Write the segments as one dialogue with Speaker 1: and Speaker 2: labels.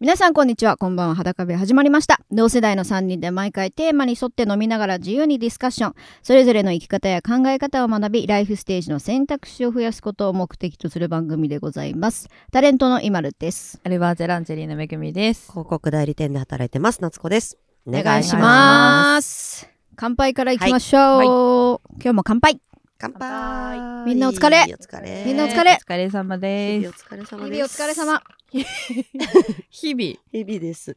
Speaker 1: 皆さんこんにちはこんばんは裸部始まりました同世代の3人で毎回テーマに沿って飲みながら自由にディスカッションそれぞれの生き方や考え方を学びライフステージの選択肢を増やすことを目的とする番組でございますタレントのイマルです
Speaker 2: アルバーゼランジェリーのめぐみです。
Speaker 3: 広告代理店で働いてます夏子ですお
Speaker 1: お
Speaker 2: 願
Speaker 1: 願
Speaker 2: い
Speaker 1: い
Speaker 2: し
Speaker 1: し
Speaker 2: ま
Speaker 1: ます乾杯からいきましょう、今日も乾杯
Speaker 3: 乾杯
Speaker 1: みんなお疲れ
Speaker 3: お疲れ
Speaker 1: みんなお疲れ
Speaker 2: お疲れ様
Speaker 3: 日
Speaker 2: で
Speaker 3: 々お疲れ様
Speaker 1: 日
Speaker 3: です
Speaker 1: 々お疲れ様
Speaker 2: す。日
Speaker 3: 日々です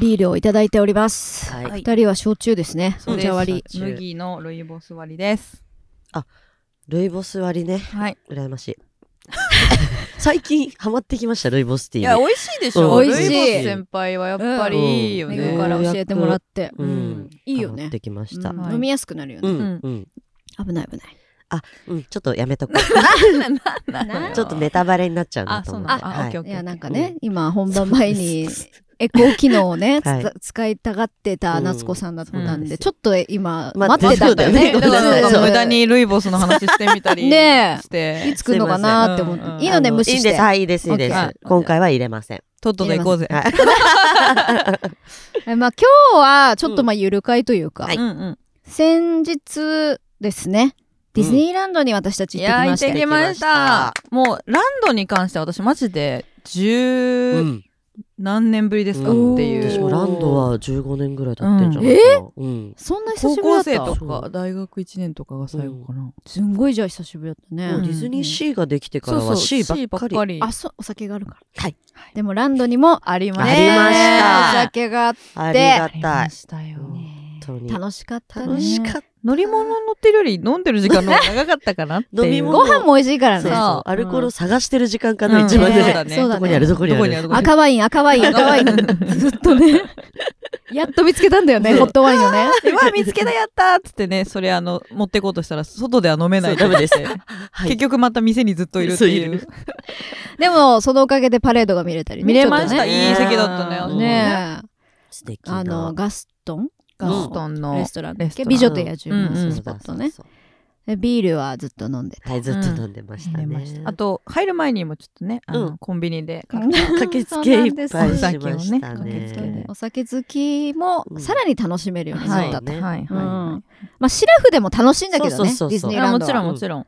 Speaker 1: ビールをいただいております、
Speaker 3: は
Speaker 2: 々。
Speaker 3: い
Speaker 1: 二人は焼酎ですね
Speaker 3: そう
Speaker 1: お
Speaker 3: です
Speaker 1: 茶割り
Speaker 3: り
Speaker 2: 麦のルイボス割りです。
Speaker 3: ルイボス割りね
Speaker 2: はい。
Speaker 3: 羨ましい 最近ハマってきましたルイボステ
Speaker 2: い
Speaker 3: ィ
Speaker 2: や、
Speaker 3: ーに
Speaker 2: 美味しいでしょ。
Speaker 1: うん美味しい
Speaker 2: ルイボス先輩はやっぱりいいよ
Speaker 1: メ
Speaker 2: ね。
Speaker 1: グから教えてもらって
Speaker 2: う
Speaker 3: うんん、
Speaker 1: いいよ
Speaker 3: ハマ
Speaker 1: ね
Speaker 3: ってきました、
Speaker 1: う
Speaker 3: うんん
Speaker 2: はい
Speaker 1: 飲みやすくなるよ
Speaker 3: う
Speaker 1: ね、
Speaker 3: んうん
Speaker 1: 危ない危ない
Speaker 3: うん、ちょっとやめとこう
Speaker 2: ななな
Speaker 3: ちょっとネタバレになっちゃうな
Speaker 2: あ、
Speaker 3: と
Speaker 2: そ
Speaker 3: 思
Speaker 2: う
Speaker 3: っ
Speaker 2: なん
Speaker 3: て
Speaker 2: だ。あ、オ
Speaker 3: は
Speaker 2: ッケー
Speaker 1: い
Speaker 2: オッケー。
Speaker 1: やなんか
Speaker 3: う
Speaker 1: ね
Speaker 3: ん、
Speaker 1: 今本番前に
Speaker 3: そうです
Speaker 1: エコー機能をね、つ
Speaker 3: はい
Speaker 1: た使いたがってた夏子さんだった
Speaker 2: うんん
Speaker 1: で、ちょっと今
Speaker 3: まあ
Speaker 1: 待ってたんだよね。
Speaker 3: そ
Speaker 2: だ
Speaker 3: う
Speaker 2: か
Speaker 3: よ
Speaker 2: ら
Speaker 3: ね
Speaker 2: なん
Speaker 3: そ
Speaker 2: か
Speaker 3: う
Speaker 2: 無駄にルイボスの話してみたり
Speaker 1: ねえ
Speaker 2: して
Speaker 1: い、つ来るのかなって思って、
Speaker 2: すいません
Speaker 1: いいので
Speaker 3: あの
Speaker 1: 無視し
Speaker 3: いいんで
Speaker 1: て。
Speaker 3: すはいいいですいい
Speaker 1: オ
Speaker 3: で
Speaker 1: ッ
Speaker 2: ケ
Speaker 3: す
Speaker 2: ー
Speaker 3: 今回は入れません
Speaker 2: とっとと行こうぜ。
Speaker 3: はい
Speaker 1: えまあ今日はちょっとまあゆるかいというか、
Speaker 3: はい
Speaker 2: うんうん。
Speaker 1: 先日ですね、ディズニーランドに私たち
Speaker 2: い
Speaker 1: 行ってき
Speaker 2: や、行
Speaker 1: ま
Speaker 2: っ
Speaker 1: して
Speaker 2: て
Speaker 1: ね。
Speaker 2: きました。もう、ランドに関しては私マジで、
Speaker 3: う
Speaker 2: 十
Speaker 3: ん
Speaker 2: 何年ぶりですかっていう。
Speaker 3: 私もランドは15年ぐらい経ってんじゃないかな、うん、
Speaker 1: そんな久
Speaker 2: 高
Speaker 1: しぶりだ
Speaker 2: 校
Speaker 1: っ
Speaker 2: 生
Speaker 1: た
Speaker 2: と
Speaker 3: そ
Speaker 2: か
Speaker 3: う
Speaker 2: 大学1年とかが最後かな、
Speaker 1: すんごいじゃあ久しぶりだったね。
Speaker 3: もうディズニーシーができてからは C ばっ
Speaker 2: C
Speaker 3: かり
Speaker 2: り
Speaker 1: あ、そう、お酒があるから。
Speaker 3: はい
Speaker 1: でもランドにも
Speaker 2: ありま
Speaker 3: あ
Speaker 2: し
Speaker 3: り
Speaker 2: た
Speaker 3: まし
Speaker 1: ねお
Speaker 3: た
Speaker 1: 酒があっ
Speaker 3: ありがたい
Speaker 2: したよ
Speaker 1: ね
Speaker 3: 本当に
Speaker 1: 楽しかったね。
Speaker 3: 楽しかった
Speaker 2: 乗り物乗ってるより飲んでる時間の方が長かったかなっていう
Speaker 3: 飲み
Speaker 1: ご
Speaker 3: 物
Speaker 1: 飯も美味しいから
Speaker 3: そう
Speaker 1: ね。
Speaker 3: そうアルコールを探してる時間かな、
Speaker 2: うん
Speaker 3: 一番
Speaker 2: そう
Speaker 3: ね
Speaker 2: だね
Speaker 1: そう
Speaker 3: ど
Speaker 1: だ
Speaker 3: こにあ
Speaker 1: ね。
Speaker 3: るどこにある
Speaker 2: どこにあるどこに
Speaker 1: 赤ワイン、赤ワイン、赤ワイン。ずっとね。やっと見つけたんだよね、ホットワインをね。
Speaker 2: うわ見つけたやったーっつってねそれあの持ってこうとしたら外では飲めない
Speaker 3: そうダメです
Speaker 2: って
Speaker 3: はい
Speaker 2: 結局また店にずっといるっていう
Speaker 3: そう
Speaker 1: でも、そのおかげでパレードが見れたりね
Speaker 2: 見れまし
Speaker 1: ちょ
Speaker 2: た、
Speaker 1: っと
Speaker 2: いい席だったねあ
Speaker 1: ね
Speaker 2: の
Speaker 1: ねえ。
Speaker 3: 素敵な
Speaker 1: あの、ガストン
Speaker 2: ガス
Speaker 1: ン
Speaker 2: トン
Speaker 1: レ
Speaker 2: の
Speaker 1: ストラン
Speaker 2: レストラン
Speaker 1: 美女と野獣
Speaker 2: うんう
Speaker 1: の
Speaker 2: ん
Speaker 1: スポット
Speaker 3: そうだそうだ
Speaker 1: ね。
Speaker 3: そう
Speaker 1: でビールはずっと飲んでた。
Speaker 3: はいずっと飲んでましたね、
Speaker 2: 飲めましたあと入る前にもちょっとねあの、
Speaker 3: うん
Speaker 2: コンビニで買っ
Speaker 3: 駆けつけいっ
Speaker 1: そうな
Speaker 3: ぱ
Speaker 1: ん
Speaker 3: い
Speaker 1: です
Speaker 3: しました
Speaker 2: 駆けつけをね
Speaker 3: ね
Speaker 1: お酒好きも
Speaker 3: うん
Speaker 1: さらに楽しめるようになった
Speaker 3: そうだ
Speaker 1: と。
Speaker 3: ね
Speaker 2: はいはい、
Speaker 1: う
Speaker 2: は
Speaker 1: んまあ、シラフでも楽しいんだけど
Speaker 3: そう
Speaker 1: ね、
Speaker 3: そう
Speaker 1: デ
Speaker 3: そ
Speaker 1: ィズ
Speaker 2: い
Speaker 3: うそう
Speaker 1: ニー
Speaker 2: い
Speaker 1: ラ
Speaker 2: や
Speaker 1: ン
Speaker 2: も
Speaker 1: ド
Speaker 2: ち
Speaker 1: は。
Speaker 2: ろんもちろん、
Speaker 1: うん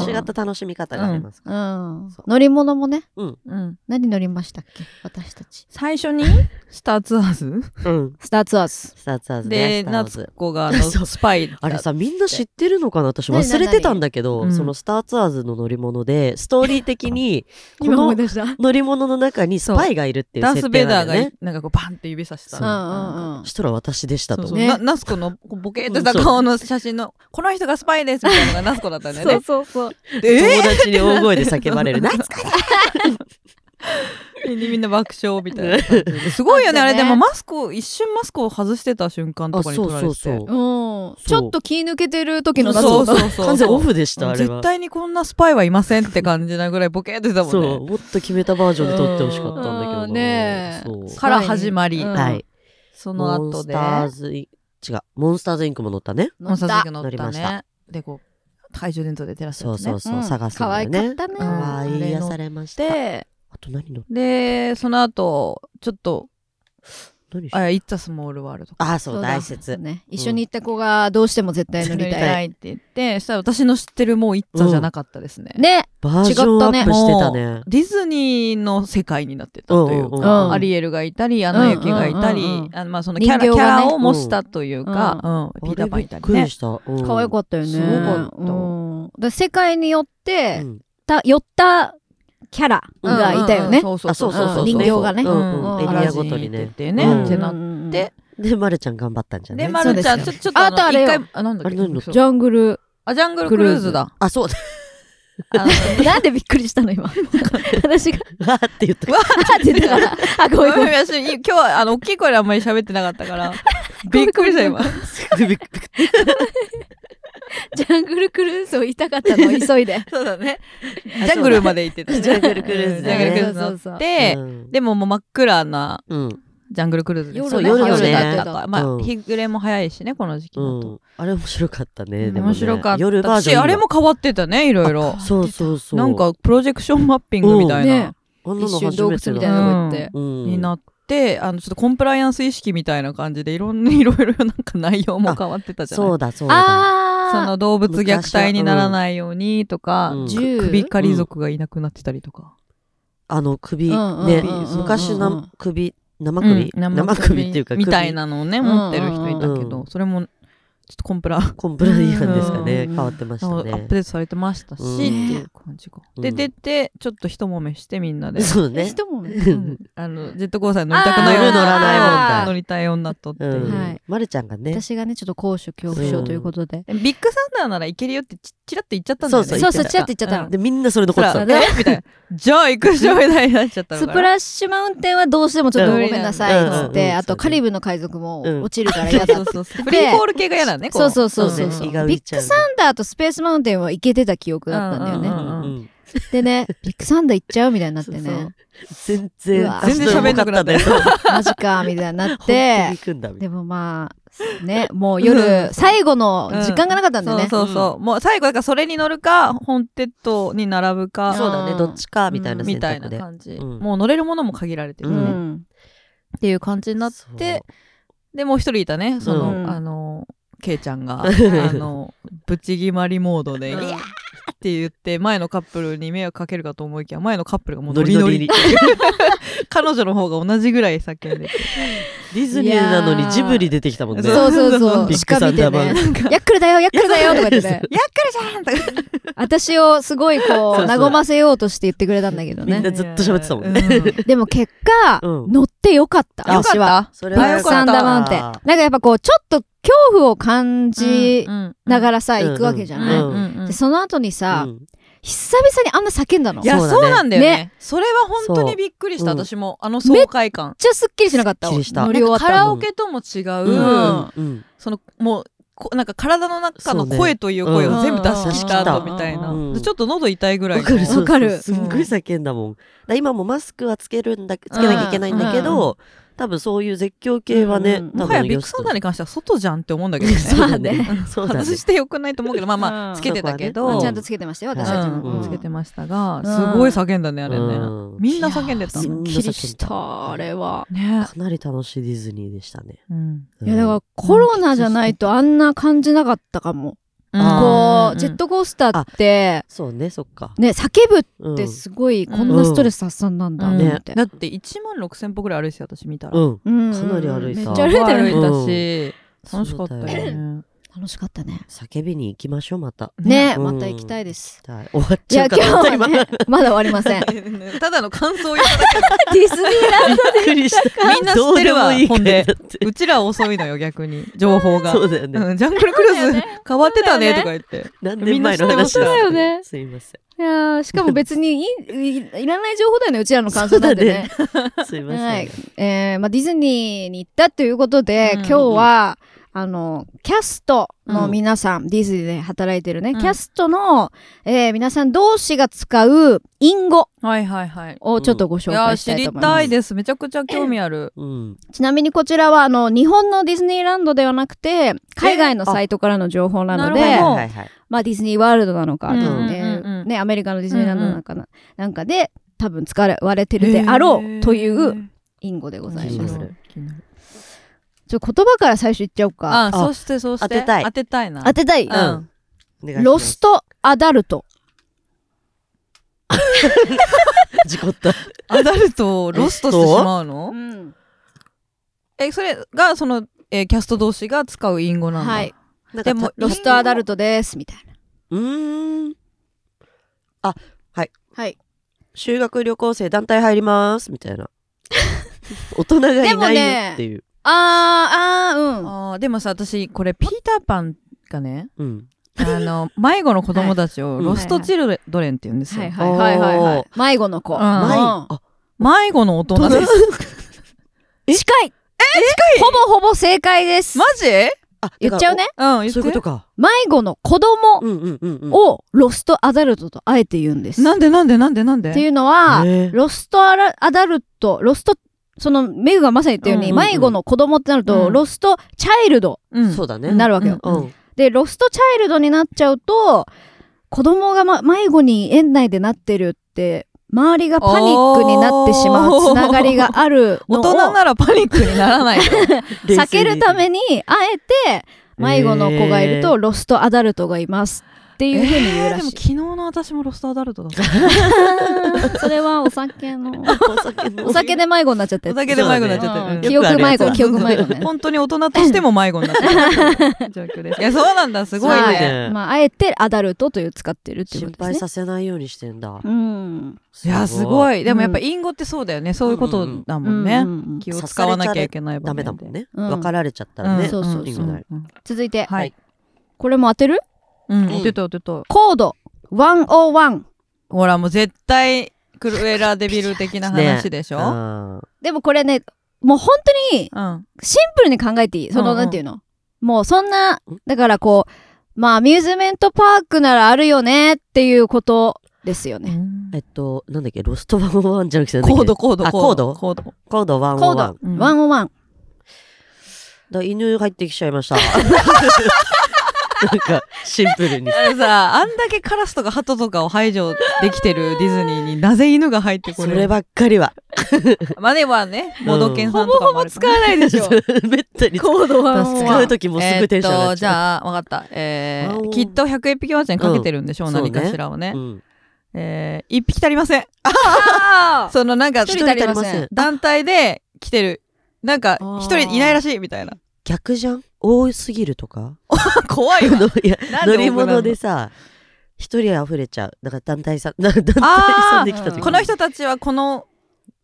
Speaker 3: 違った楽しみ方がありますか
Speaker 1: うん
Speaker 3: そう
Speaker 1: 乗り物もね、
Speaker 3: らうん
Speaker 2: うん、
Speaker 1: 何乗りましたっけ私たち。
Speaker 2: 最初にスターツア ーズ
Speaker 3: うん
Speaker 1: スターツアーズ。
Speaker 3: スターツアーズね
Speaker 2: で、
Speaker 3: スターツアー
Speaker 2: 夏
Speaker 3: ズ
Speaker 2: 子があの
Speaker 3: そう
Speaker 2: スパイだ
Speaker 3: あれさみんな知ってるのかな私
Speaker 1: 何
Speaker 3: 忘れてたんだけど、
Speaker 2: 何
Speaker 3: そのスターツアーズの乗り物でストーリー的にこ
Speaker 1: 今思
Speaker 3: の
Speaker 1: い出した。
Speaker 3: 乗り物の中にスパイがいるっていう
Speaker 2: ダー
Speaker 3: 設
Speaker 2: ス・ベ
Speaker 3: 定
Speaker 2: イダー
Speaker 3: なん
Speaker 2: が
Speaker 3: だよね
Speaker 2: いなんかこうバンって指さした
Speaker 3: そう
Speaker 1: うんうんうん
Speaker 3: そしたら私でしたと
Speaker 2: そう
Speaker 3: 思
Speaker 2: そうう
Speaker 1: ね
Speaker 2: なナスコのこうボケーとした
Speaker 3: うんそう
Speaker 2: 顔の写真のこの人がスパイですみたいなのが ナスコだったんだよね
Speaker 1: そうそう。
Speaker 2: え
Speaker 3: 友達に大声で叫ば れ る夏子
Speaker 2: みんな爆笑みたいな感じですごいよね
Speaker 1: あ
Speaker 2: あ
Speaker 1: とね
Speaker 2: れでもマスクを一瞬マスクを外してた瞬間と
Speaker 3: あ
Speaker 2: か
Speaker 3: そう
Speaker 2: に撮られ
Speaker 3: そ
Speaker 2: て
Speaker 3: う
Speaker 1: う
Speaker 3: そう
Speaker 1: ん。
Speaker 3: そう
Speaker 1: ちょっと気抜けてる時の夏
Speaker 2: そ
Speaker 1: 子と
Speaker 2: うそうそうそう
Speaker 3: 完全オフでしたあれは
Speaker 2: 絶対にこんなスパイはいませんって感じなぐらいボケーってしたも
Speaker 3: そ
Speaker 2: ん
Speaker 3: う
Speaker 2: ね
Speaker 3: もっと決めたバージョンで撮ってほしかったんだけど
Speaker 1: う
Speaker 3: なん
Speaker 1: ねえ
Speaker 3: そう
Speaker 1: そ
Speaker 2: から始まり、
Speaker 1: うん
Speaker 3: はい
Speaker 2: その
Speaker 3: モン
Speaker 2: 後
Speaker 3: ス
Speaker 2: で
Speaker 3: ターズイン違うモンスターズインクも乗ったね
Speaker 2: モンスターズインク乗
Speaker 3: 乗
Speaker 2: っ
Speaker 3: り
Speaker 2: た
Speaker 3: ました
Speaker 2: ねでこう懐中電灯で照らす
Speaker 3: そ
Speaker 2: や
Speaker 3: う
Speaker 2: つね
Speaker 3: そうそう、
Speaker 1: うん
Speaker 3: 探すんだよね
Speaker 1: 可愛かったね
Speaker 3: 可愛い癒されましたあ
Speaker 2: で
Speaker 3: と何乗っ
Speaker 2: でその後ちょっと
Speaker 3: 何
Speaker 2: 「
Speaker 3: し
Speaker 2: あいつはスモールワールド」
Speaker 3: あそう大
Speaker 1: そう
Speaker 3: 切
Speaker 1: ね。一緒に行った子がどうしても絶対乗り
Speaker 2: 乗り
Speaker 1: た
Speaker 2: た
Speaker 1: い。
Speaker 2: いって言ってそしたら私の知ってるもう「いっつは」じゃなかったですね、
Speaker 1: ね。
Speaker 3: バージョンアップしてたね
Speaker 2: ディズニーの世界になってたというか、
Speaker 3: うん
Speaker 1: うんうん
Speaker 2: アリエルがいたりアナ雪がいたり、
Speaker 1: うんうんうんうん
Speaker 2: あのまあ、そのキャラ、
Speaker 1: 人形
Speaker 2: キャ
Speaker 1: がね
Speaker 2: ラを模したというか、うんピーターパンいた
Speaker 3: あれびっ
Speaker 2: り
Speaker 3: く
Speaker 2: ね
Speaker 3: りした、
Speaker 1: 可愛
Speaker 3: っ
Speaker 1: かったよね。
Speaker 2: すごかった
Speaker 1: うんだから世界によって、
Speaker 3: ん、
Speaker 1: た寄ったキャラ
Speaker 2: うん
Speaker 1: がいたよね。
Speaker 2: そうそう
Speaker 3: あそうそうそう
Speaker 1: 人形がね
Speaker 3: うんう
Speaker 1: う
Speaker 3: ん
Speaker 1: ん
Speaker 3: エリアご
Speaker 2: ア
Speaker 3: と
Speaker 2: ラジン
Speaker 3: に
Speaker 2: 行ってって
Speaker 3: ね
Speaker 2: ね、
Speaker 3: うん
Speaker 2: ってなっ
Speaker 1: って
Speaker 2: て、
Speaker 3: でまるちゃん頑張ったんじゃない
Speaker 2: で、まるちゃん、
Speaker 1: そう
Speaker 2: ちょ、
Speaker 1: です
Speaker 2: ちょっとあの、
Speaker 1: あとあれよ
Speaker 2: 一回、あ、なんだっ
Speaker 3: あ
Speaker 2: け
Speaker 3: れ何の
Speaker 2: そう
Speaker 1: ジャングル
Speaker 2: あ、ジャングルクルーズだ。
Speaker 3: あそうだ
Speaker 2: あの
Speaker 1: なんでびっくりしたの今。 私が、
Speaker 3: わーって 言った
Speaker 1: あって言ったから。あ、ごめんご
Speaker 2: ご
Speaker 1: め
Speaker 2: めん
Speaker 1: ん。
Speaker 2: 私今日はあの大きい声であんまり喋ってなかった からびっくりした今
Speaker 3: ビビビ
Speaker 1: ジャングルクルーズを言いたかったの、急いで。
Speaker 2: そうだねジャングルまで行ってたね
Speaker 3: ジャングルクルーズ
Speaker 2: ジャングルクルーズ乗
Speaker 1: そうそうそう
Speaker 2: って
Speaker 3: うん
Speaker 2: でももう真っ暗な
Speaker 3: うん
Speaker 2: ジャングルクルーズですよね
Speaker 3: そう夜
Speaker 2: 夜
Speaker 3: のね
Speaker 2: だったからまあ
Speaker 3: うん
Speaker 2: 日暮れも早いしねこの時期だ
Speaker 3: う
Speaker 2: と
Speaker 3: ん、あれ面白かったね
Speaker 1: うん
Speaker 3: でもね
Speaker 2: 面白かっ
Speaker 3: 夜バー
Speaker 2: た
Speaker 3: ジョ
Speaker 2: し
Speaker 3: ンいいわ
Speaker 2: あれも変わってたねいろいろ
Speaker 3: そうそうそう
Speaker 2: なんかプロジェクションマッピングみたい
Speaker 1: ね
Speaker 2: な
Speaker 3: 女
Speaker 1: 一
Speaker 3: の
Speaker 1: 瞬
Speaker 3: 初
Speaker 1: 洞
Speaker 3: め
Speaker 1: 窟
Speaker 3: て
Speaker 1: みたい
Speaker 3: だ。
Speaker 1: なとこ行って、
Speaker 3: うん
Speaker 2: になって、あのちょっとコンプライアンス意識みたいな感じでいろんないろいろなんか内容も変わってたじゃな
Speaker 3: そ
Speaker 2: いう
Speaker 3: だそうだ。
Speaker 2: そ
Speaker 1: ああ
Speaker 2: の動物虐待にならないようにとか、
Speaker 3: うん
Speaker 2: く
Speaker 1: うん
Speaker 2: 首狩り族がいなくなってたりとか、
Speaker 3: あの首
Speaker 1: うんうん
Speaker 3: ね
Speaker 1: うんうんうん
Speaker 3: 昔な首生首
Speaker 2: うん
Speaker 3: 生首っていうか
Speaker 2: みたい
Speaker 3: 首
Speaker 2: なのをね
Speaker 1: うん
Speaker 2: 持ってる人いたけ
Speaker 3: うん
Speaker 2: ど、
Speaker 3: う
Speaker 2: それもちょっとコンプラ
Speaker 3: コンプライアンですかね
Speaker 1: うん
Speaker 3: 変わってまし
Speaker 2: ア
Speaker 3: た
Speaker 2: ップ
Speaker 3: ね。
Speaker 2: デートされてましたし、
Speaker 3: うん
Speaker 2: っていう感じが、
Speaker 3: うん
Speaker 2: で出てちょっと一揉めしてみんなで、
Speaker 3: そう
Speaker 1: え
Speaker 3: ね。
Speaker 1: 人も
Speaker 3: う
Speaker 2: うんんあのジェットコースターに乗りたくない
Speaker 3: あー乗る乗らない問題
Speaker 2: 乗りたい女とってい
Speaker 3: う
Speaker 2: う、
Speaker 1: はい
Speaker 3: ん。まるちゃんがね。
Speaker 1: 私がねちょっと高所恐怖症ということで、
Speaker 2: でビッグサンダーならいけるよってちちらっと言っちゃったんだよね
Speaker 3: そう
Speaker 1: そうそうちらっと言っちゃったの
Speaker 2: うん
Speaker 3: でみんなそれ残
Speaker 2: そ
Speaker 3: って
Speaker 2: した
Speaker 3: た
Speaker 2: ら
Speaker 3: の。
Speaker 1: ね
Speaker 2: えみたいなじゃあ行くしょみたいになっちゃったの
Speaker 1: ス
Speaker 2: か
Speaker 1: プ
Speaker 2: ら
Speaker 1: ラッシュマウンテンはどうしてもちょっとごめんなさいっつっ
Speaker 3: うんうん
Speaker 1: て
Speaker 3: うん
Speaker 1: あとカリブの海賊も
Speaker 3: うん
Speaker 1: 落ちるから嫌 だ
Speaker 2: そうそうそうフリーフォール系が嫌だねこ
Speaker 1: そうそうそうそう
Speaker 3: ね
Speaker 1: そう
Speaker 3: 胃が浮
Speaker 1: ビッ
Speaker 3: いちゃう
Speaker 1: グサンダーとスペースマウンテンは行けてた記憶だったんだよね、
Speaker 2: うんうんうん
Speaker 3: うん
Speaker 1: でねビッグサンダー行っちゃうみたいになってね
Speaker 2: そうそう
Speaker 3: 全
Speaker 1: う
Speaker 3: 然
Speaker 1: わ
Speaker 2: 全然喋んなくなったよ
Speaker 3: そう
Speaker 1: マジかみたいに なっ
Speaker 3: 本当に
Speaker 1: て
Speaker 3: 行くんだみた
Speaker 1: で
Speaker 3: いな。
Speaker 1: もまあ ねもう
Speaker 2: う
Speaker 1: 夜
Speaker 2: ん
Speaker 1: 最後の時間がなかったんだよね、
Speaker 2: そうそうそう、もう最後だからそれに乗るかホーンテッドに並ぶか
Speaker 3: そうだね
Speaker 1: うん
Speaker 3: どっちかみたいな
Speaker 2: み
Speaker 3: 選
Speaker 2: たいな
Speaker 3: 択で。
Speaker 2: 感じ、
Speaker 3: うん
Speaker 2: もう乗れるものも限られてる、
Speaker 1: う
Speaker 3: うんん
Speaker 2: っていう感じになっ
Speaker 3: そう
Speaker 2: てでもう一人いたねその、
Speaker 1: うん
Speaker 2: あのケイちゃんがあ
Speaker 3: ん
Speaker 2: のぶち決まりモードで「いや!」って言って前のカップルに迷惑かけるかと思いきや前のカップルがもうノリノリ
Speaker 3: ノリ
Speaker 2: 彼女の方が同じぐらい叫んでて
Speaker 3: ディズニーなのにジブリ出てきたもんね。
Speaker 2: いやー
Speaker 1: そうそうそ
Speaker 2: そうう
Speaker 3: ビッグ
Speaker 1: 鹿
Speaker 3: サ
Speaker 1: 見
Speaker 3: ンダ
Speaker 1: て
Speaker 3: ーバー
Speaker 1: ね
Speaker 3: グ
Speaker 1: ヤックルだよヤックルだよとか言ってね
Speaker 2: 「やっくるじゃん!」とか
Speaker 1: 私をすごいこ
Speaker 3: そううそう
Speaker 1: 和ませようとして言ってくれたんだけど
Speaker 3: みん
Speaker 1: ね
Speaker 3: なずっと喋ってたもんね
Speaker 2: う
Speaker 1: でも結果、
Speaker 3: うん
Speaker 1: 乗ってよかった
Speaker 2: あよかっ
Speaker 1: 私は
Speaker 2: た
Speaker 3: そ
Speaker 1: ビ
Speaker 3: れは
Speaker 1: ッ
Speaker 3: よ
Speaker 1: グ
Speaker 3: か
Speaker 1: サンダーマウンテンなんかやっぱこうちょっと恐怖を感じ
Speaker 2: うんうん
Speaker 1: ながらさ、行くわけじゃ
Speaker 2: う
Speaker 1: ない、
Speaker 2: んうんうん
Speaker 1: でその後にさ、
Speaker 3: うん
Speaker 1: 久々にあんな叫んだの
Speaker 2: いや
Speaker 3: そ
Speaker 2: そうう
Speaker 3: だね
Speaker 2: なんだよね
Speaker 1: ね
Speaker 2: それは本当にびっくりした、
Speaker 3: そう
Speaker 2: 私もあの爽快感
Speaker 1: めっちゃすっきりしなかったわ
Speaker 3: すっきりした
Speaker 1: 乗り
Speaker 2: な
Speaker 1: 終わ
Speaker 2: ん
Speaker 1: っ
Speaker 2: か
Speaker 1: た
Speaker 2: カラオケとも違う、
Speaker 1: うん
Speaker 3: うん
Speaker 2: そのもうこなんか体の中の
Speaker 3: そうね
Speaker 2: 声という声を全部出し切った
Speaker 3: う
Speaker 2: 後
Speaker 3: ん
Speaker 2: みたいな、
Speaker 3: うん
Speaker 2: でちょっと喉痛いぐらい
Speaker 3: わ
Speaker 2: の
Speaker 3: かる
Speaker 1: わかる
Speaker 3: そうそうすんごい叫んだもん、だから今もマスクはつけるんだつけなきゃいけないんだけど、多分そういう絶叫系はね、
Speaker 1: うん
Speaker 3: 多
Speaker 2: もはや
Speaker 3: 分
Speaker 2: ビッグサンダーに関しては外じゃんって思うんだけどね
Speaker 3: そうだね
Speaker 2: うん
Speaker 3: そうだね
Speaker 2: 外してよくないと思うけどまあま
Speaker 1: うん
Speaker 2: あつけてたけ
Speaker 3: そこは
Speaker 2: ど、
Speaker 3: ね
Speaker 1: ちゃんとつけてましたよ私たちも、
Speaker 2: うん
Speaker 3: うん
Speaker 2: つけてましたが、
Speaker 1: ん
Speaker 2: すごい叫んだねあれね、
Speaker 3: うん
Speaker 2: みんな叫んでた
Speaker 1: す
Speaker 3: いや
Speaker 1: っ
Speaker 2: ね
Speaker 1: きりしたあれは
Speaker 3: かなり楽しいディズニーでしたね、
Speaker 2: うん
Speaker 3: うん
Speaker 1: いやだからコロナじゃないとあんな感じなかったかも、
Speaker 3: あ
Speaker 1: こうジェットコースターって
Speaker 3: そうねそっか、
Speaker 1: ね叫ぶ
Speaker 3: うん、
Speaker 1: ってすごいこんなストレス発散なんだ
Speaker 2: うん
Speaker 1: と思って、
Speaker 2: だって1万6000歩ぐらい歩いてたよ私見たら、
Speaker 3: うん
Speaker 1: うん
Speaker 3: かなり歩いた
Speaker 1: めっちゃ歩いたよ
Speaker 2: 歩
Speaker 1: ね
Speaker 2: いたし、楽しかったよ
Speaker 3: そうだ
Speaker 2: ね
Speaker 3: よ
Speaker 1: 楽しかったね
Speaker 3: 叫びに行きましょうまた
Speaker 1: ね、
Speaker 3: うん
Speaker 1: また行きたいです
Speaker 3: はい終わっ
Speaker 1: い
Speaker 3: ち
Speaker 1: や
Speaker 3: ゃう
Speaker 1: 今
Speaker 3: か
Speaker 1: 日
Speaker 3: と思った
Speaker 1: はねまだ終わりませ んデ
Speaker 2: ただの感想言っただ
Speaker 1: ィズニーランド
Speaker 3: びっくりした
Speaker 2: みんな知ってるわ
Speaker 3: どうもいい
Speaker 2: ほんで
Speaker 3: 回だって
Speaker 2: けうちら遅いのよ逆に情報が
Speaker 3: そうだよね、
Speaker 2: うん、ジャングルクル
Speaker 1: そう
Speaker 2: ー
Speaker 1: だ
Speaker 2: ズ
Speaker 1: よね
Speaker 2: 変わってたね
Speaker 1: そ
Speaker 2: と
Speaker 1: う
Speaker 2: か言って。
Speaker 3: 何年前の話
Speaker 1: みんな知ってますよ
Speaker 3: だ
Speaker 1: ね
Speaker 3: すいません
Speaker 1: いやーしかも別にいいいいらない情報だよねうちらの感想なんてね
Speaker 3: すいません、
Speaker 1: はいえーまあ、ディズニーに行ったということで、
Speaker 2: うん
Speaker 1: 今日はあのキャストの皆さん、ディズニーで働いてるね、
Speaker 2: うん
Speaker 1: キャストの、えー皆さん同士が使う隠語
Speaker 2: はいはいはい。
Speaker 1: をちょっとご紹
Speaker 2: いや
Speaker 1: 介
Speaker 2: ー
Speaker 1: した
Speaker 2: 知
Speaker 1: い
Speaker 2: り
Speaker 1: と思いま
Speaker 2: た
Speaker 1: す。
Speaker 2: いです。めちゃくちゃ興味ある。
Speaker 3: うん
Speaker 1: ちなみにこちらはあの日本のディズニーランドではなくて海外のサイトからの情報なので
Speaker 2: えあなるほど
Speaker 3: はいはい
Speaker 1: まあ、ディズニーワールドなのか、
Speaker 2: うん
Speaker 1: えー
Speaker 2: うんうん
Speaker 1: ね、アメリカのディズニーランドなのかな,、なんかで多分使われてるであろうという隠語でござい
Speaker 3: 気
Speaker 1: ま
Speaker 3: に
Speaker 1: す。
Speaker 3: な
Speaker 1: ち
Speaker 3: る
Speaker 1: ょっと言葉から最初言っちゃおうか。
Speaker 2: あ、そしてそして。
Speaker 3: 当てたい
Speaker 2: 当てたいな。
Speaker 1: 当てたい、
Speaker 2: うん
Speaker 3: お願いします
Speaker 1: ロストアダルト。
Speaker 3: 事故った
Speaker 2: アダルトをロストしてしまうの
Speaker 1: ん、
Speaker 2: え、それがその、えーキャスト同士が使う隠語なんだ。
Speaker 1: はい。
Speaker 3: なん
Speaker 2: で
Speaker 3: か
Speaker 2: も
Speaker 3: た
Speaker 1: ロストアダルトですみたいな。
Speaker 3: うーん。あ、はい。
Speaker 1: はい。
Speaker 3: 修学旅行生団体入ります。みたいな。 大人がいないよっていう。
Speaker 1: あーあー
Speaker 2: あーでもさ、私、これ、ピーターパンがね、
Speaker 3: うん。
Speaker 2: あの、迷子の子供たちを
Speaker 3: はい
Speaker 2: ロストチルドレンって言うんです
Speaker 1: うん。は
Speaker 2: よ
Speaker 1: い。はいはいはいはい。迷子の子。
Speaker 2: うん
Speaker 3: 前、
Speaker 1: うん
Speaker 3: あ、
Speaker 2: 迷子の大人です。
Speaker 1: 近い。え近い。ほぼほぼ正解です。
Speaker 2: マジ
Speaker 3: あ
Speaker 1: 言っちゃう。ね。
Speaker 2: うん、言
Speaker 3: だからお
Speaker 2: っ
Speaker 3: そういう
Speaker 2: て
Speaker 3: ことか。
Speaker 1: 迷子の子供
Speaker 3: うんうんうんうん。
Speaker 1: をロストアダルトとあえて言うんです。
Speaker 2: な
Speaker 1: っ
Speaker 2: んでなんでなんでなんで
Speaker 1: ていうのは、
Speaker 3: へー
Speaker 1: ロストアラアダルト、ロストそのメグがまさに言ったように、
Speaker 2: うん
Speaker 3: うんうん
Speaker 1: 迷子の子供ってなると、
Speaker 2: うん
Speaker 1: ロストチャイルド
Speaker 2: うん
Speaker 3: そうだね。
Speaker 1: になるわけよ。
Speaker 2: うん
Speaker 3: うん。
Speaker 1: でロストチャイルドになっちゃうと子供が、ま、迷子に園内でなってるって周りがパニックになってしまうつながりがある
Speaker 2: 大
Speaker 1: のを
Speaker 2: 人ならパニックにならないよ
Speaker 1: 避けるためにあえて迷子の子がいる
Speaker 3: え
Speaker 1: とロストアダルトがいますっていうふうに言う
Speaker 2: えー
Speaker 1: ら
Speaker 2: でも
Speaker 1: しい
Speaker 2: 昨、日の私もロストアダルトだった
Speaker 1: それはお酒 の
Speaker 3: お酒の
Speaker 1: お酒で迷子になっちゃった
Speaker 2: お
Speaker 1: やつ
Speaker 2: 酒で迷子になっちゃってる、
Speaker 1: うん
Speaker 3: よ
Speaker 1: 記憶迷子
Speaker 3: よくあるやつだ
Speaker 1: 記憶迷子ね
Speaker 2: 本当に大人としても迷子になってる状況ですいやそうなんだすごい
Speaker 1: は
Speaker 2: ね
Speaker 1: まあ、あえてアダルトという使ってるっていうこ
Speaker 3: 心
Speaker 1: とで
Speaker 3: 配
Speaker 1: すね
Speaker 3: させないようにしてんだ。
Speaker 1: うん
Speaker 2: いやすご
Speaker 3: い。
Speaker 2: いでもやっぱ隠語ってそうだよね、そういうことだもん
Speaker 1: う
Speaker 2: ね、
Speaker 1: んうんうん
Speaker 2: 気を使わなきゃいけない場
Speaker 3: ダ
Speaker 2: 面で
Speaker 3: メだもんね。
Speaker 1: うん
Speaker 3: 分かられちゃったらね。
Speaker 2: うん
Speaker 1: そうそうそう
Speaker 3: 意味ない
Speaker 2: うん
Speaker 1: 続いて、
Speaker 2: はい、
Speaker 1: これも当てる
Speaker 2: うん、
Speaker 3: うん
Speaker 2: 当てた当てた
Speaker 1: コード101
Speaker 2: ほらもう絶対クルエラデビル的な話でしょ、
Speaker 3: あ
Speaker 1: でもこれねもう本当に
Speaker 2: うん
Speaker 1: シンプルに考えていいその、
Speaker 2: うんうん
Speaker 1: なんていうのもうそんなだからこうまあアミューズメントパークならあるよねっていうことですよね、
Speaker 3: ーえっと、なんだっけ、ロストワゴンワンじゃなくてなんだっけ
Speaker 2: コードコード
Speaker 3: あ
Speaker 2: コー
Speaker 3: コード
Speaker 2: ドコード
Speaker 3: コードワン
Speaker 1: コ
Speaker 3: ワ
Speaker 1: ー
Speaker 3: ン
Speaker 1: ド
Speaker 3: ワ
Speaker 1: 101
Speaker 3: ン、。
Speaker 2: うん
Speaker 3: だ犬入ってきちゃ いました。なんか、シンプ ルに。
Speaker 2: あれさあんだけカラスとかハトとかを排除できてるディズニーになぜ犬が入ってこ
Speaker 3: そ
Speaker 2: れ
Speaker 3: れ
Speaker 2: る
Speaker 3: ばっかりは。
Speaker 2: まあではね
Speaker 3: うん
Speaker 2: モドケンさんとかもあるから
Speaker 1: わないで
Speaker 3: めったに
Speaker 1: コード101
Speaker 3: 使う時もすぐテンション上
Speaker 2: えーっ
Speaker 3: が
Speaker 2: と
Speaker 3: っ
Speaker 2: じ
Speaker 3: ちゃう。
Speaker 2: ゃあわかったえ
Speaker 3: ワンオ
Speaker 2: ー
Speaker 3: ン
Speaker 2: きっと101匹ワンちゃんかけてるんでしょう、
Speaker 3: うん
Speaker 2: 何かしらをね
Speaker 3: うん
Speaker 2: えー、1匹足りません
Speaker 1: あー
Speaker 2: そのなんか
Speaker 1: 一人足りま
Speaker 3: 一人足
Speaker 1: せ
Speaker 3: り
Speaker 1: ん
Speaker 3: ま
Speaker 2: 団体で来てるなんか
Speaker 1: あー
Speaker 2: 一人いないらしいみたいな
Speaker 3: 逆じゃん多すぎる とか
Speaker 2: 怖い
Speaker 3: あ
Speaker 2: わ
Speaker 3: のいや
Speaker 2: なんで
Speaker 3: 乗り物で
Speaker 2: 多く
Speaker 3: さ、一人溢れちゃう。だから団体さん、な団体
Speaker 2: あ
Speaker 3: さ
Speaker 2: ー
Speaker 3: んできた
Speaker 1: う
Speaker 3: 時
Speaker 1: ん
Speaker 3: に
Speaker 2: この人たちはこの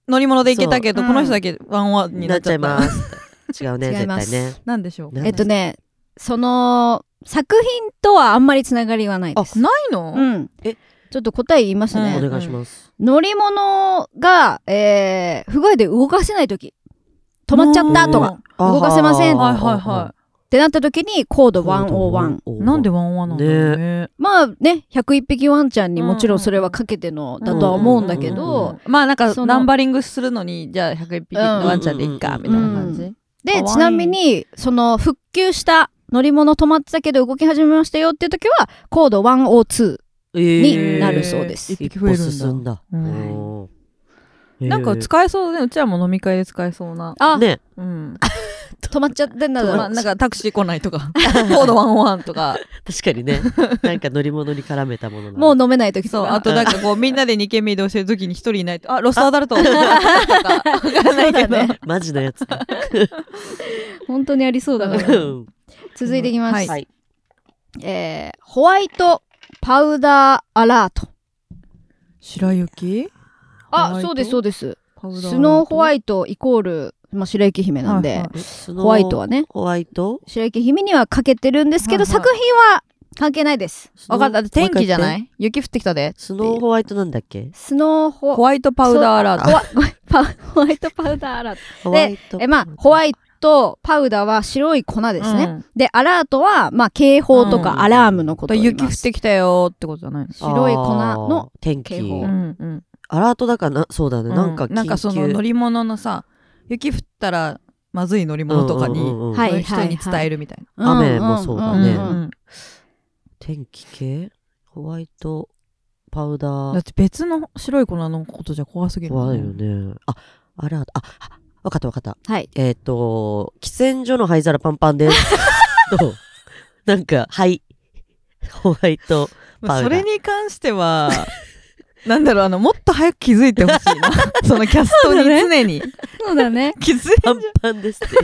Speaker 2: 乗り物で行けたけど、
Speaker 1: そう
Speaker 2: この人だけワンワンにな
Speaker 3: な
Speaker 2: っ
Speaker 3: っ
Speaker 2: ち
Speaker 3: ち
Speaker 2: ゃ
Speaker 3: ゃ
Speaker 2: っ
Speaker 3: い
Speaker 2: た
Speaker 3: ます。違う ね、
Speaker 1: 違い
Speaker 3: 絶
Speaker 1: ます
Speaker 3: 対ね。
Speaker 2: なんでしょう
Speaker 3: な
Speaker 1: えっとねその作品とはあんまりつながりはない
Speaker 2: あ
Speaker 1: で
Speaker 2: な
Speaker 1: す
Speaker 2: いの、
Speaker 1: うん
Speaker 3: え
Speaker 1: ちょっと答え言いますね、
Speaker 2: う
Speaker 3: お
Speaker 2: ん
Speaker 3: 願いします。
Speaker 1: 乗り物が、えー、不具合で動かせない時止まっちゃったと
Speaker 3: う
Speaker 1: か
Speaker 3: ん
Speaker 1: っ動かせません
Speaker 2: はいはいは
Speaker 1: てなった時にコード101
Speaker 2: いなんでワンワンなんだろうね
Speaker 1: まあね101匹ワンちゃんにもちろんそれはかけてのだとは思うんだけ
Speaker 3: うんうんうん
Speaker 1: ど、
Speaker 2: まあなんか
Speaker 1: その
Speaker 2: ナンバリングするのにじゃあ101匹のワンちゃんでいっか
Speaker 3: うん
Speaker 2: みたいな感じ、
Speaker 1: う
Speaker 2: か
Speaker 1: で
Speaker 2: わいい
Speaker 1: ちなみにその復旧した乗り物止まってたけど動き始めましたよっていう時はコード102になるそうです、
Speaker 2: 一匹
Speaker 3: 一
Speaker 2: 増え
Speaker 3: 歩
Speaker 2: るんだ
Speaker 3: 進んだ。
Speaker 2: うん
Speaker 3: おー
Speaker 2: なんか使えそうだねうちらも飲み会で使えそうな、
Speaker 1: あ、
Speaker 3: ね、
Speaker 2: うん、
Speaker 1: 止まっちゃってんだ
Speaker 2: まあ
Speaker 1: な
Speaker 2: なんかタクシー来ないとか コードワンワンとか
Speaker 3: 確か にね、なんか乗り物に絡めたものなの
Speaker 1: もう飲めない時
Speaker 2: そ
Speaker 1: と
Speaker 2: う
Speaker 1: か
Speaker 2: あとなんかこうみんなで2軒目移動してる時に1人いないとあロスアダルトとかわかんないけど、
Speaker 1: そうだね
Speaker 3: マジなやつだ。
Speaker 1: 本当にありそうだ
Speaker 3: う
Speaker 1: から
Speaker 3: ん
Speaker 1: 続いていきます、
Speaker 2: はい
Speaker 3: はい
Speaker 1: えーホワイトパウダーアラート
Speaker 2: 白雪ホワ
Speaker 1: あ
Speaker 2: イト
Speaker 1: そうですそうです
Speaker 2: パウダー
Speaker 1: スノーホワ
Speaker 2: イ
Speaker 1: イトイコール、まあ、白雪姫なんで、
Speaker 2: はいはい
Speaker 3: えスノー
Speaker 1: ホワイトはね
Speaker 3: ホワイト
Speaker 1: 白雪姫にはかけてるんですけど、
Speaker 2: はいはい
Speaker 1: 作品は関係ないです
Speaker 2: わかった天気じゃないい雪降ってきたで
Speaker 3: スノーホワイトなんだっけ
Speaker 1: スノーホ
Speaker 2: ホワイトパウダーアラー
Speaker 1: ホ
Speaker 2: ト
Speaker 1: ワパ ホワイトパウダーアラー
Speaker 3: ホワイ
Speaker 1: ト
Speaker 3: ト
Speaker 1: えまあホワイトパウダーは白い粉ですね、
Speaker 2: うん
Speaker 1: でアラートはまあ警報とかアラームのことを言い
Speaker 2: 雪降
Speaker 1: ま
Speaker 2: っ
Speaker 1: す、
Speaker 2: てきたよってことじゃないの
Speaker 1: 白い粉の
Speaker 3: 天気
Speaker 1: 警報
Speaker 2: う
Speaker 1: うん
Speaker 2: うん
Speaker 3: アラートだからなそうだね、なんか緊
Speaker 2: う
Speaker 3: 急
Speaker 2: なんかその乗り物のさ雪降ったらまずい乗り物とかに、
Speaker 3: うんうんうんうん
Speaker 1: はい
Speaker 2: そういう人に伝えるみたい
Speaker 1: うんうん
Speaker 3: 雨もそうだね
Speaker 2: な、
Speaker 1: んうん
Speaker 2: うん
Speaker 3: 天気系ホワイトパウダ
Speaker 2: だっ
Speaker 3: ー
Speaker 2: て別の白い粉のことじゃ怖すぎる
Speaker 3: 怖いよ
Speaker 2: ね
Speaker 3: ねあアラートああわかったわかった
Speaker 1: はい
Speaker 3: えっ、と喫煙所の灰皿パンパンですとなんかはいホワイトパウダー
Speaker 2: それに関しては なんだろうあのもっと早く気づいてほしいな そのキャストに常に、
Speaker 1: そうだね
Speaker 2: 気づい
Speaker 3: パンパンですって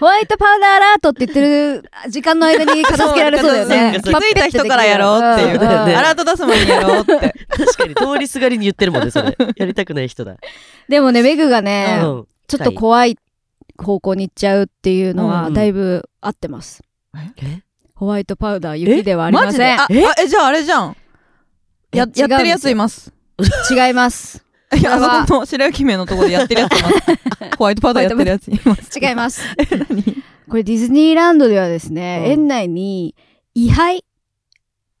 Speaker 1: ホワイトパウダーアラートって言ってる時間の間に片付けられそうだよね。
Speaker 2: 気づいた人からやろうっていう、
Speaker 1: パッペッ
Speaker 3: うん
Speaker 1: できる
Speaker 2: アラート出す前にやろうって
Speaker 3: 確かに通りすがりに言ってるもんねそれやりたくない人だ、
Speaker 1: でもね、メグがね、
Speaker 3: うん
Speaker 1: ちょっと怖い方向に行っちゃうっていうのは、だいぶ合ってます。
Speaker 3: え
Speaker 1: ホワイトパウダー、雪ではありま
Speaker 2: マジで
Speaker 1: せん
Speaker 2: あ。あえじゃああれじゃんや
Speaker 1: え
Speaker 2: やってるやつい
Speaker 1: 違
Speaker 2: ます
Speaker 1: 違い ます。
Speaker 2: い や、
Speaker 1: これは
Speaker 2: あそこの白雪姫のところでやってるやつい ます。ホワイトパウダーやってるやついます。
Speaker 1: 違います。
Speaker 2: す。何
Speaker 1: これディズニーランドではですね、
Speaker 3: うん
Speaker 1: 園内に、位牌、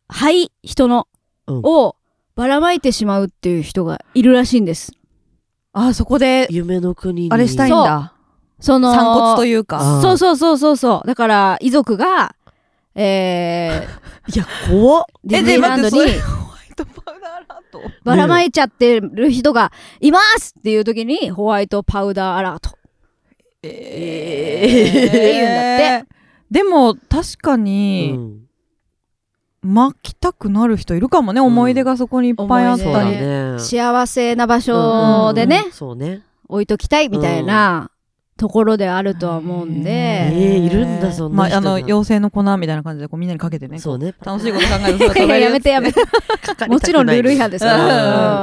Speaker 1: 灰、人の、
Speaker 3: うん
Speaker 1: をばらまいてしまうっていう人がいるらしいんです。
Speaker 2: あ、そこで、
Speaker 3: 夢の国に
Speaker 2: あれしたいんだ。
Speaker 1: その、
Speaker 2: 散骨というか。
Speaker 3: あ
Speaker 1: そうそうそうそうそう。だから、遺族が、えー、
Speaker 3: いや怖っ
Speaker 1: ディズニーランドに
Speaker 2: えで待ってそれイトパウダーアラート
Speaker 1: ばらまいちゃってる人がいますっていう時にホワイトパウダーアラート。
Speaker 2: え
Speaker 1: ーって言うんだ
Speaker 2: ってでも確か
Speaker 3: う
Speaker 2: に、
Speaker 3: ん、
Speaker 2: 巻きたくなる人いるかもね、
Speaker 3: ん
Speaker 2: 思い出がそこにいっぱいあったり
Speaker 3: そう
Speaker 1: 思い
Speaker 3: だ
Speaker 1: 出
Speaker 3: ね
Speaker 1: 幸せな場所でね、
Speaker 3: うんそうね
Speaker 1: 置いときたいみたいなところであるとは思うん
Speaker 3: え
Speaker 1: で、
Speaker 3: ーいるんだそんな人
Speaker 2: まあ、
Speaker 3: が
Speaker 2: あの妖精の粉みたいな感じでこうみんなにかけてね
Speaker 3: そうね
Speaker 2: 楽しいこと考える 姿
Speaker 1: いややめてや
Speaker 2: て
Speaker 1: めてもちろんルール違反です
Speaker 2: うん
Speaker 1: よ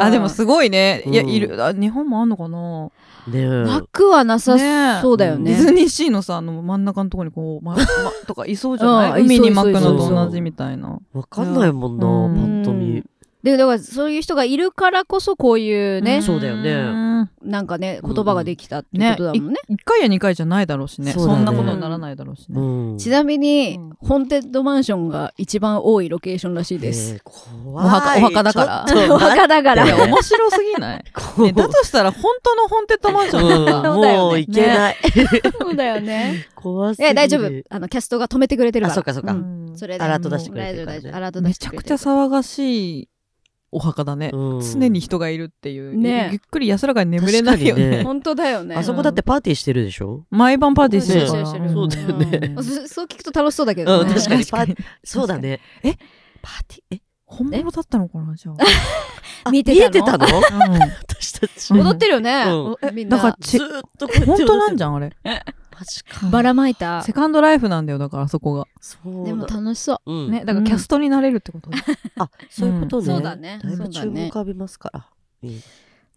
Speaker 2: あでもすごいね、いや
Speaker 3: うん
Speaker 2: いるあ日本もあんのかな、
Speaker 3: ねえ
Speaker 1: なくはなさ
Speaker 2: ねえ
Speaker 1: そうだよ
Speaker 2: ディズ
Speaker 1: ね。
Speaker 2: ニーシーのさあの真ん中のとこにこ う、まま、とかいそうじゃな
Speaker 1: う
Speaker 2: い
Speaker 1: ん
Speaker 2: 海
Speaker 1: いそう
Speaker 2: に
Speaker 1: いそう
Speaker 2: 巻くのと
Speaker 3: いそう
Speaker 2: 同じみたいな
Speaker 3: わかんないもんな、
Speaker 2: うん
Speaker 3: パッと見、
Speaker 1: でだからそういう人がいるからこそこういうね、
Speaker 3: そうだよね
Speaker 2: ん
Speaker 1: なんかね言葉ができたってことだもんね。
Speaker 2: 一回や二回じゃないだろうしね
Speaker 3: そ
Speaker 2: そ
Speaker 3: うん
Speaker 2: な
Speaker 3: だね
Speaker 2: ことにならないだろうしね、
Speaker 3: うん、
Speaker 1: ちなみに、
Speaker 2: うん
Speaker 1: ホーンテッドマンションが一番多いロケーションらしいです。
Speaker 3: ねえ
Speaker 2: お
Speaker 3: 怖い
Speaker 2: 墓お墓だから
Speaker 3: ちょっと
Speaker 1: お墓だから
Speaker 2: いや
Speaker 3: ね
Speaker 2: 面白すぎ ない、
Speaker 3: こう
Speaker 2: ねだとしたら本当のホーンテッドマンションだったら
Speaker 3: うん
Speaker 1: そうだよね
Speaker 3: もういけない、
Speaker 1: そうだよね。
Speaker 3: 怖すぎ
Speaker 1: え
Speaker 3: る
Speaker 1: 大丈夫あのキャストが止めてくれてる
Speaker 3: あ
Speaker 1: から。
Speaker 3: そっかそっか、
Speaker 2: うん
Speaker 1: それで
Speaker 3: アラート出してくれ
Speaker 1: 大
Speaker 3: て
Speaker 1: 丈
Speaker 3: る
Speaker 1: 夫大
Speaker 3: からね
Speaker 1: 丈夫。アラート出
Speaker 2: め
Speaker 1: して
Speaker 2: ち
Speaker 1: く
Speaker 2: ゃ
Speaker 1: れ
Speaker 2: く
Speaker 1: て
Speaker 2: ちゃ
Speaker 1: る
Speaker 2: 騒がしいお墓だね、
Speaker 3: うん
Speaker 2: 常に人がいるっていう、
Speaker 1: ねえ
Speaker 2: ゆっくり安らかに眠れないよね
Speaker 3: 確ゃ
Speaker 1: 本当だよね。
Speaker 3: あそこだってパーティーしてるでしょ、
Speaker 2: 毎晩パーティーしてるから、
Speaker 1: ねえ
Speaker 3: そうだよね
Speaker 1: うんそそう聞くと楽しそうだけどね。
Speaker 3: うん確かに
Speaker 2: パー
Speaker 3: そうだね
Speaker 2: え
Speaker 3: パーティーえ
Speaker 2: 本物だったのかなじゃ
Speaker 3: あ
Speaker 1: 見てたの
Speaker 3: 見えてた の
Speaker 2: あ、
Speaker 3: 私たち、
Speaker 2: うん
Speaker 1: 踊ってるよね。
Speaker 2: うん
Speaker 1: みんな。
Speaker 2: だからち
Speaker 3: ずーっとこうやって
Speaker 2: 本当なんじゃ
Speaker 3: ん
Speaker 2: んあれ
Speaker 3: マジか
Speaker 1: ばらまいた
Speaker 2: セ。カンドライフなんだよだからそこが、
Speaker 3: そうだ
Speaker 1: でも楽しそう。
Speaker 3: うん
Speaker 2: ねだからキャストになれるってこと、
Speaker 3: あそういうことね、
Speaker 1: うんそうだね
Speaker 3: だい
Speaker 1: そう
Speaker 3: ぶ
Speaker 1: だ
Speaker 3: 注
Speaker 1: ね
Speaker 3: 目浴びますから、うん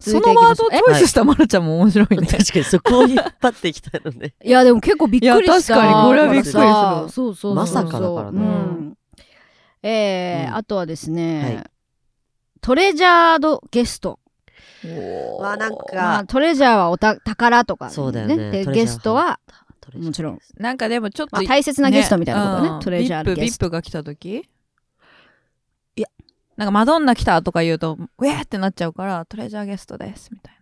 Speaker 2: そのワードをチョイスしたまるちゃんも面白いね
Speaker 3: 確かにそこを引っ張ってきたのね
Speaker 1: いやでも結構びっくりした
Speaker 2: いや
Speaker 3: 確かにこれはびっくりする
Speaker 1: さそうそうそうそう
Speaker 3: まさかだからね
Speaker 1: うんえー
Speaker 3: うん
Speaker 1: あとはです
Speaker 3: は
Speaker 1: ね、
Speaker 3: い
Speaker 1: トレジャードゲスト、
Speaker 3: わなん
Speaker 1: まあ、
Speaker 3: か
Speaker 1: トレジャーはおた宝とか、
Speaker 3: そうだよね
Speaker 1: で
Speaker 3: トレジャー
Speaker 1: ゲストは
Speaker 3: トレジャー
Speaker 1: もちろん、
Speaker 2: なんかでもちょっ
Speaker 1: まあ、大切なゲストみたいなことだね
Speaker 2: うん
Speaker 1: トレジャードゲスト
Speaker 2: ビップビップが来た時いやなんかマドンナ来たとか言うとウェーってなっちゃうからトレジャーゲストですみたい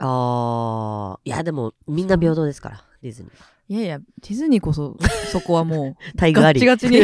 Speaker 3: ああいやでもみんな平等ですからディズニー
Speaker 2: ないやいやディズニーこそそこはも
Speaker 3: タイ
Speaker 2: う
Speaker 3: ガー
Speaker 2: ガ
Speaker 3: ア
Speaker 2: ッ
Speaker 3: リ
Speaker 2: チ
Speaker 3: ー
Speaker 2: ガチに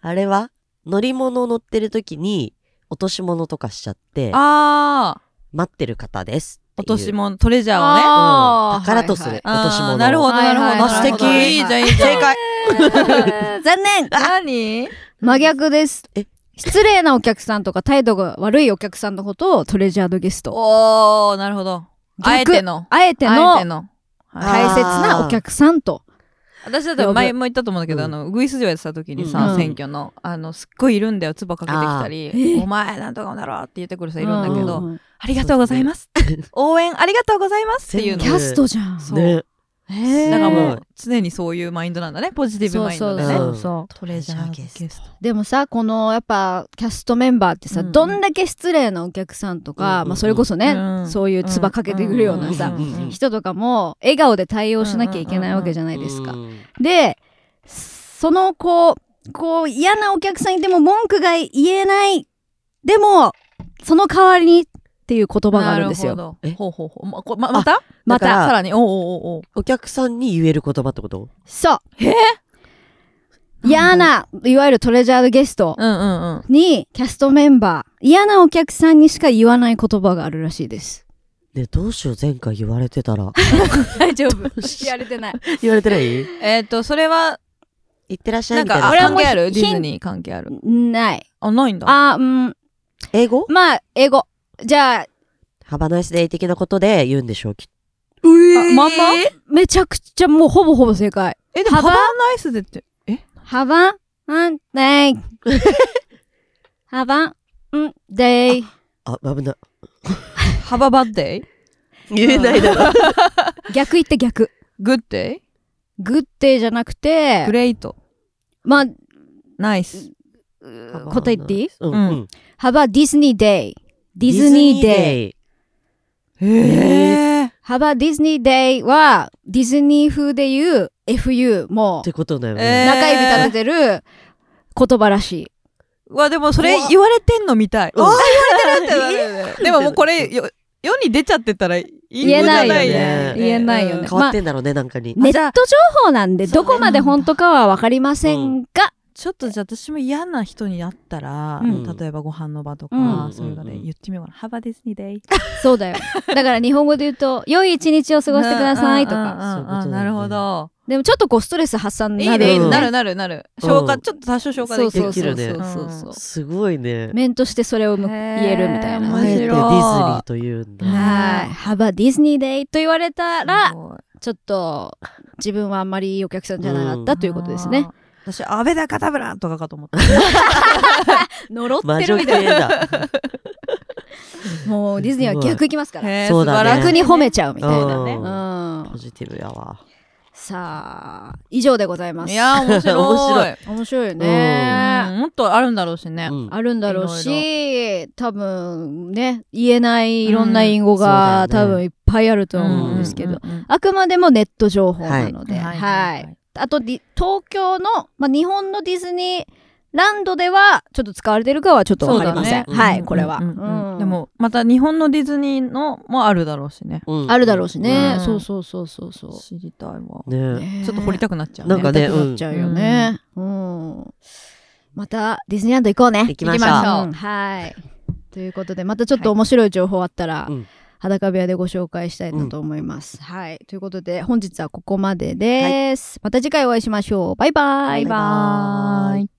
Speaker 3: あれは乗り物乗ってる時に落とし物とかしちゃって
Speaker 2: ああ
Speaker 3: 待ってる方です
Speaker 2: 落とし
Speaker 3: 物
Speaker 2: 物トレジャーをね
Speaker 1: あー
Speaker 3: うん宝とす
Speaker 1: は
Speaker 3: る
Speaker 1: いはい
Speaker 2: あー
Speaker 3: 落とし物
Speaker 2: なるほどなるほど
Speaker 1: はいはい
Speaker 3: はいはい
Speaker 2: いいじゃんいいじゃん
Speaker 3: 正解
Speaker 1: えー残念
Speaker 2: 何
Speaker 1: 真逆です
Speaker 3: え
Speaker 1: 失礼なお客さんとか態度が悪いお客さんのことをトレジャードゲスト
Speaker 2: おーなるほど
Speaker 1: 逆
Speaker 2: あえての
Speaker 1: あえて
Speaker 2: あえ
Speaker 1: の
Speaker 2: てのはい
Speaker 1: 大
Speaker 3: あ
Speaker 1: 切なお客さんと
Speaker 2: 私だって前も言ったと思うんだけど、
Speaker 3: うん
Speaker 2: あのウグイス嬢やってた時にさ、
Speaker 1: うん
Speaker 2: 選挙のあのすっごいいるんだよ唾かけてきたり「お前なんとかもだろ」って言ってくる人いるんだけど「
Speaker 1: うん
Speaker 2: ありがとうございます」応援ありがとうございます」っていうの
Speaker 1: キャストじゃん
Speaker 2: そう
Speaker 3: ね
Speaker 1: へー
Speaker 2: だからも
Speaker 3: えー
Speaker 2: う常にそういうマインドなんだねポジティブ
Speaker 1: そう
Speaker 2: マインド
Speaker 1: そう
Speaker 2: でね
Speaker 1: そう
Speaker 3: うん
Speaker 1: そう
Speaker 2: トレジャーゲスト
Speaker 1: でもさこのやっぱキャストメンバーってさ、
Speaker 2: うん
Speaker 1: どんだけ失礼なお客さんと
Speaker 3: うんうん
Speaker 1: か、
Speaker 3: うん
Speaker 1: まあ、それこそね、
Speaker 2: うん
Speaker 1: そういう唾かけてくるようなさ、
Speaker 3: うんうんうん
Speaker 1: 人とかも笑顔で対応しなきゃいけないわけじゃないですか。でそのこうこう嫌なお客さんいても文句が言えないでもその代わりにっていう言葉があるんですよ。
Speaker 2: なるほ
Speaker 3: え
Speaker 2: どほうほうほうまこままた
Speaker 1: ま
Speaker 3: だから
Speaker 1: た
Speaker 2: さらにおうおうおうおう
Speaker 3: お客さんに言える言葉ってこと
Speaker 1: そう
Speaker 2: えー
Speaker 1: 嫌ないわゆるトレジャードゲスト
Speaker 2: うんうんうん
Speaker 1: にキャストメンバー嫌なお客さんにしか言わない言葉があるらしいです。
Speaker 3: ねどうしよう前回言われてたら
Speaker 1: 大丈 夫
Speaker 3: し
Speaker 1: れてない。
Speaker 3: 言われてない
Speaker 2: えっ、とそれは
Speaker 3: 言ってらっしゃ
Speaker 2: ないん
Speaker 3: みたい
Speaker 2: か
Speaker 3: な
Speaker 2: あ
Speaker 1: 俺は
Speaker 2: 関
Speaker 1: もう
Speaker 2: 係あるデ
Speaker 1: ヒン
Speaker 2: ィズニー関係ある
Speaker 1: ない。
Speaker 2: あないんだ
Speaker 1: あ、うん。
Speaker 3: 英語
Speaker 1: まあ、英語。じゃあ、
Speaker 3: ハバナイスデイ的なことで言うんでしょうきっ
Speaker 2: ー
Speaker 1: まんまめちゃくちゃもうほぼほぼ正解。
Speaker 2: えでもハ
Speaker 1: 幅
Speaker 2: バナイスでってえ
Speaker 1: ハバン、うん、デ イ。ハバン、うん、デイ。
Speaker 3: とあ危ない
Speaker 2: ハババッデイ
Speaker 3: 言えないだろ
Speaker 1: 逆言って逆。
Speaker 2: グッデイ
Speaker 1: グッデイじゃなくて
Speaker 2: グ、レイト
Speaker 1: まあ、
Speaker 2: ナイス
Speaker 1: 答え言っていい
Speaker 3: うん
Speaker 2: うん
Speaker 3: うん
Speaker 1: ハバディズニーデイ。ディズニーデイ。
Speaker 3: イ
Speaker 2: へ
Speaker 3: え
Speaker 2: え
Speaker 1: ハバディズニーデイは、ディズニー風で言う FU、も
Speaker 3: っ
Speaker 1: う
Speaker 3: てことだよ
Speaker 2: え
Speaker 3: ね
Speaker 2: ー
Speaker 1: 中指立ててる言葉らしい。
Speaker 2: わでもそれ言われてんのみたい
Speaker 3: うん
Speaker 2: 言われ てるってなるよねでももうこれよ世に出ちゃってたら言
Speaker 1: 言えないよね
Speaker 3: 言
Speaker 1: えないよね
Speaker 2: うん
Speaker 1: か
Speaker 3: 変わってんだろうねなんかに
Speaker 1: ネット情報なんで、どこまで本当かは分かりませんが、
Speaker 2: ちょっとじゃあ私も嫌な人に会ったら、
Speaker 1: うん
Speaker 2: 例えばご飯の場とか、
Speaker 1: うん
Speaker 2: そういうので言ってみようかな。ハバディズニーデイ。
Speaker 1: そうだよ。だから日本語で言うと、良い一日を過ごしてくださいとか。
Speaker 2: うんうんうんうん
Speaker 3: そういうことだよね
Speaker 2: なるほど。
Speaker 1: でもちょっとこうストレス発散に
Speaker 2: い
Speaker 1: ないる
Speaker 2: ね、いいね
Speaker 3: うん
Speaker 2: なるなるなる。
Speaker 3: うん
Speaker 2: 消化、ちょっと多少消化できる。
Speaker 1: そうそうそう
Speaker 3: でき
Speaker 2: ね
Speaker 3: る
Speaker 1: そうそうそう
Speaker 3: すごいね。
Speaker 1: 面としてそれをむ
Speaker 2: へ
Speaker 1: 言
Speaker 2: ー
Speaker 1: えるみたいな。
Speaker 2: 面
Speaker 3: あ
Speaker 1: は
Speaker 2: 白
Speaker 1: い
Speaker 3: え
Speaker 2: い
Speaker 3: てディズニーというんだ。
Speaker 1: はい。幅ディズニーデイと言われた
Speaker 2: す
Speaker 1: ら、
Speaker 2: ごい
Speaker 1: ちょっと自分はあんまりいいお客さんじゃなかったということですね。。
Speaker 2: あー私、アベダカタブラとかかと思った。
Speaker 1: 呪っ
Speaker 3: 魔
Speaker 1: てる
Speaker 3: 女
Speaker 1: みた
Speaker 3: 系
Speaker 1: いな。
Speaker 3: だ。
Speaker 1: もうディズニーは逆行きますから。
Speaker 2: へー
Speaker 3: そうだね
Speaker 2: 素晴らし
Speaker 1: 逆
Speaker 2: い
Speaker 1: に褒めちゃうみたいなね。
Speaker 3: うん
Speaker 1: うん
Speaker 3: ポジティブやわ。
Speaker 1: さあ、以上でございます。
Speaker 2: いやー、面白い。
Speaker 3: 面白
Speaker 1: 面白いよね。
Speaker 2: うんもっとあるんだろうしね。
Speaker 3: うん
Speaker 1: あるんだろうし多分ね言えないいろんな隠語が、
Speaker 3: うんそうだ
Speaker 1: 多
Speaker 3: よね
Speaker 1: 分いっぱいあると
Speaker 2: と
Speaker 1: 思
Speaker 2: 思
Speaker 1: う
Speaker 2: うんん
Speaker 1: で
Speaker 2: ですす
Speaker 1: け
Speaker 2: け
Speaker 1: ど、
Speaker 2: ど。
Speaker 1: あくまでもネット情報なので、はい
Speaker 2: はい。
Speaker 1: あとディ東京の、まあ、日本のディズニーランドではちょっと使われてるかはちょっと分かりません、
Speaker 3: そうだね
Speaker 1: は
Speaker 3: う
Speaker 1: い
Speaker 3: ん
Speaker 1: これは、
Speaker 2: うん
Speaker 1: うん
Speaker 2: でも、また日本のディズニーのもあるだろうしね。
Speaker 3: うん
Speaker 1: あるだろうしね、
Speaker 2: うん
Speaker 1: そうそうそうそうそう
Speaker 2: 知りたいわ。
Speaker 3: ね
Speaker 1: ねえ
Speaker 2: ちょっと掘りたくなっちゃう
Speaker 3: なんかね
Speaker 1: やりたくなっちゃうよね、うんまたディズニーランド行こうね
Speaker 3: 行きましょう
Speaker 1: んはいということでまたちょっと面白い情報あったら、
Speaker 3: うん
Speaker 1: 裸部屋でご紹介したいなと思います、はいということで本日はここまでです、また次回お会いしましょうバイバイ
Speaker 2: バイバーイ。